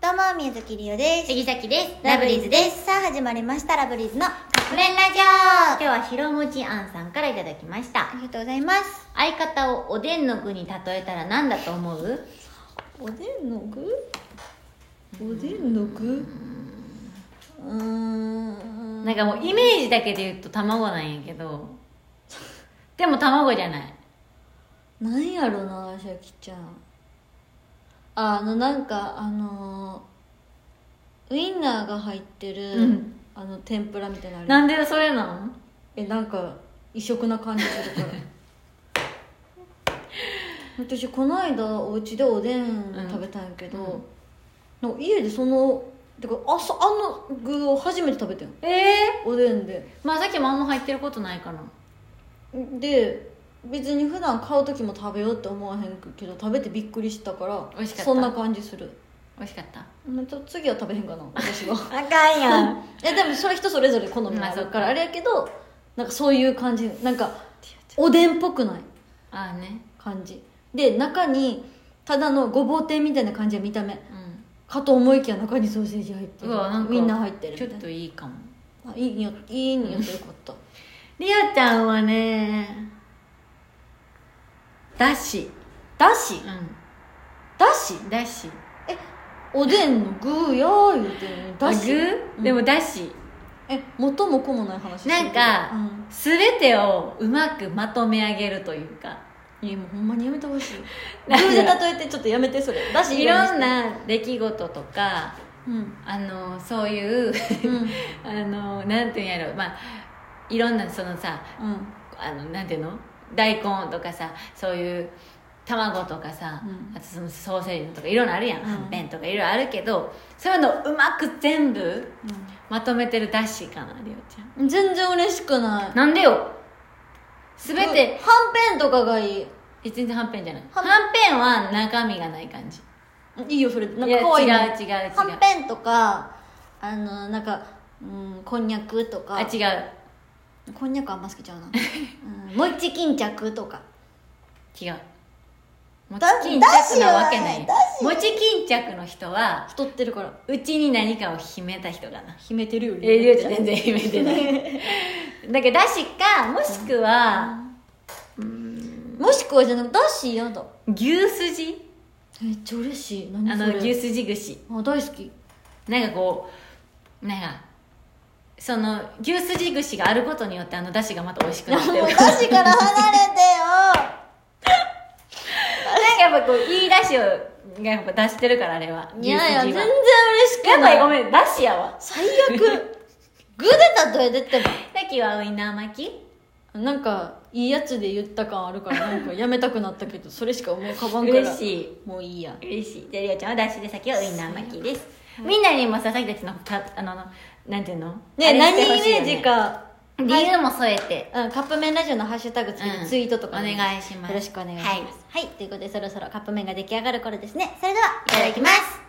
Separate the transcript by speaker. Speaker 1: 様水木りおです
Speaker 2: 杉崎です
Speaker 1: ラ
Speaker 2: ラ
Speaker 1: ブ
Speaker 2: ブ
Speaker 1: リ
Speaker 2: リ
Speaker 1: ーズ
Speaker 2: ーズ
Speaker 1: で
Speaker 2: です
Speaker 1: すさあ始まりましたラブリーズのあ
Speaker 2: カップ麺ラ
Speaker 1: オ
Speaker 2: ジ今日はひろもちあんさんからいただきました
Speaker 1: りがとうございます
Speaker 2: 相方をおでんの具に例えたら何だと思う
Speaker 1: おでんの具おでんの具うーん
Speaker 2: なんかもうイメージだけで言うと卵なんやけどでも卵じゃない
Speaker 1: なんやろなシャキちゃんあのなんかあのーウインナーが入ってる、
Speaker 2: うん
Speaker 1: あの天ぷらみたいなのある
Speaker 2: なんでそれなの
Speaker 1: えなんか異色な感じす るから私この間お家でおでん食べたんやけど、なんか家でそのてかあそあの具を初めて食べたよ
Speaker 2: ええ
Speaker 1: おでんで
Speaker 2: まあさっきもあんま入ってることないから
Speaker 1: で別に普段買う時も食べようって思わへんけど食べてびっくりしたから
Speaker 2: 美味しかった
Speaker 1: そんな感じする
Speaker 2: 美味しかった
Speaker 1: また次は食べへんかな私は
Speaker 2: あかんや ん
Speaker 1: いやでもそれ人それぞれ好み
Speaker 2: ま
Speaker 1: が
Speaker 2: あ
Speaker 1: あ
Speaker 2: そ
Speaker 1: る
Speaker 2: っ
Speaker 1: か
Speaker 2: から
Speaker 1: あれやけどなんかそういう感じなんかおでんっぽくない
Speaker 2: ああね
Speaker 1: 感じで中にただのごぼう天みたいな感じや見た目
Speaker 2: うん
Speaker 1: かと思いきや中にソーセージ入って
Speaker 2: う
Speaker 1: る
Speaker 2: わなんか
Speaker 1: みんな入ってるみた
Speaker 2: ちょ
Speaker 1: い
Speaker 2: っ
Speaker 1: な
Speaker 2: といいかも
Speaker 1: あいいによいいによってよかった
Speaker 2: りあちゃんはねだし
Speaker 1: だし
Speaker 2: う
Speaker 1: だし
Speaker 2: んだし
Speaker 1: えおでんの具やー言うてんのにだしうん
Speaker 2: 具でもだし、
Speaker 1: え元も子もない話してる
Speaker 2: なんか、
Speaker 1: うん
Speaker 2: 全てをうまくまとめ上げるというか
Speaker 1: いやもうほんまにやめてほしい具
Speaker 2: なんか
Speaker 1: で例えてちょっとやめてそれだし
Speaker 2: いろんな出来事とか
Speaker 1: うん
Speaker 2: あのそうい
Speaker 1: う
Speaker 2: う
Speaker 1: ん
Speaker 2: あのなんていうんやろまあいろんなそのさ
Speaker 1: うん
Speaker 2: あのなんていうの大根とかさそういう卵とかさ、
Speaker 1: うん
Speaker 2: あとそのソーセージとかいろいろあるや
Speaker 1: う
Speaker 2: ん、
Speaker 1: ん
Speaker 2: はんぺんとかいろいろあるけどそういうのをうまく全部まとめてるだしかなりおちゃ
Speaker 1: う
Speaker 2: ん
Speaker 1: ん全然嬉しくない
Speaker 2: なんでよ全て
Speaker 1: はんぺんとかがいい
Speaker 2: 別にはんぺんじゃない
Speaker 1: は
Speaker 2: は
Speaker 1: ん
Speaker 2: んぺんは中身がない感じ
Speaker 1: いいよそれなん
Speaker 2: い
Speaker 1: か
Speaker 2: や
Speaker 1: 可愛い
Speaker 2: 違う違う違う
Speaker 1: はんぺんとかあのなんか、うん、こんにゃくとか
Speaker 2: あ違う
Speaker 1: こんにゃくあんま好きちゃうな、うん、もち巾着とか
Speaker 2: 違う餅
Speaker 1: だ
Speaker 2: 巾着なわけな
Speaker 1: だしはい
Speaker 2: い
Speaker 1: だ
Speaker 2: 餅巾着の人は
Speaker 1: 太ってるから
Speaker 2: うちに何かを秘めた人だな
Speaker 1: 秘めてるよ
Speaker 2: えりょうちゃん全然秘めてない だけどだしかもしくは
Speaker 1: もしくはじゃなくだしやだ
Speaker 2: 牛すじ
Speaker 1: めっちゃ嬉しい
Speaker 2: あ
Speaker 1: 何そ
Speaker 2: の
Speaker 1: れ
Speaker 2: 牛すじ串
Speaker 1: あ大好き
Speaker 2: なんかこうなんかその牛すじ串があることによってあのだしがまた美味しく
Speaker 1: も
Speaker 2: な
Speaker 1: う
Speaker 2: って るなんか
Speaker 1: だしから離れてよ
Speaker 2: やっぱこういいだしをがやっぱ出してるからあれはい
Speaker 1: やいや
Speaker 2: 牛
Speaker 1: 全
Speaker 2: す
Speaker 1: 然
Speaker 2: じは
Speaker 1: 嬉しく
Speaker 2: やっ
Speaker 1: な
Speaker 2: ぱ
Speaker 1: い
Speaker 2: りごめんだしやわ
Speaker 1: 最悪 具で例えてって
Speaker 2: さっきはウインナー巻き
Speaker 1: もなんかいいやつで言った感あるからなんかやめたくなったけどそれしか思い浮かばんから
Speaker 2: 嬉しい
Speaker 1: もういいや
Speaker 2: 嬉しいじゃありおちゃんはだしで先はウインナー巻きです、みんなにもささきたちのたあのなんていうの
Speaker 1: ね
Speaker 2: あ
Speaker 1: 何
Speaker 2: れしてほしい
Speaker 1: イ
Speaker 2: よ
Speaker 1: メージか、
Speaker 2: 理由も添えて、
Speaker 1: うん、カップ麺ラジオのハッシュタグつけ
Speaker 2: う
Speaker 1: て
Speaker 2: ん
Speaker 1: ツイートとかね、
Speaker 2: お願いします
Speaker 1: よろしくお願いします
Speaker 2: はい
Speaker 1: はい、ということでそろそろカップ麺が出来上がる頃ですねそれではい
Speaker 2: いただきます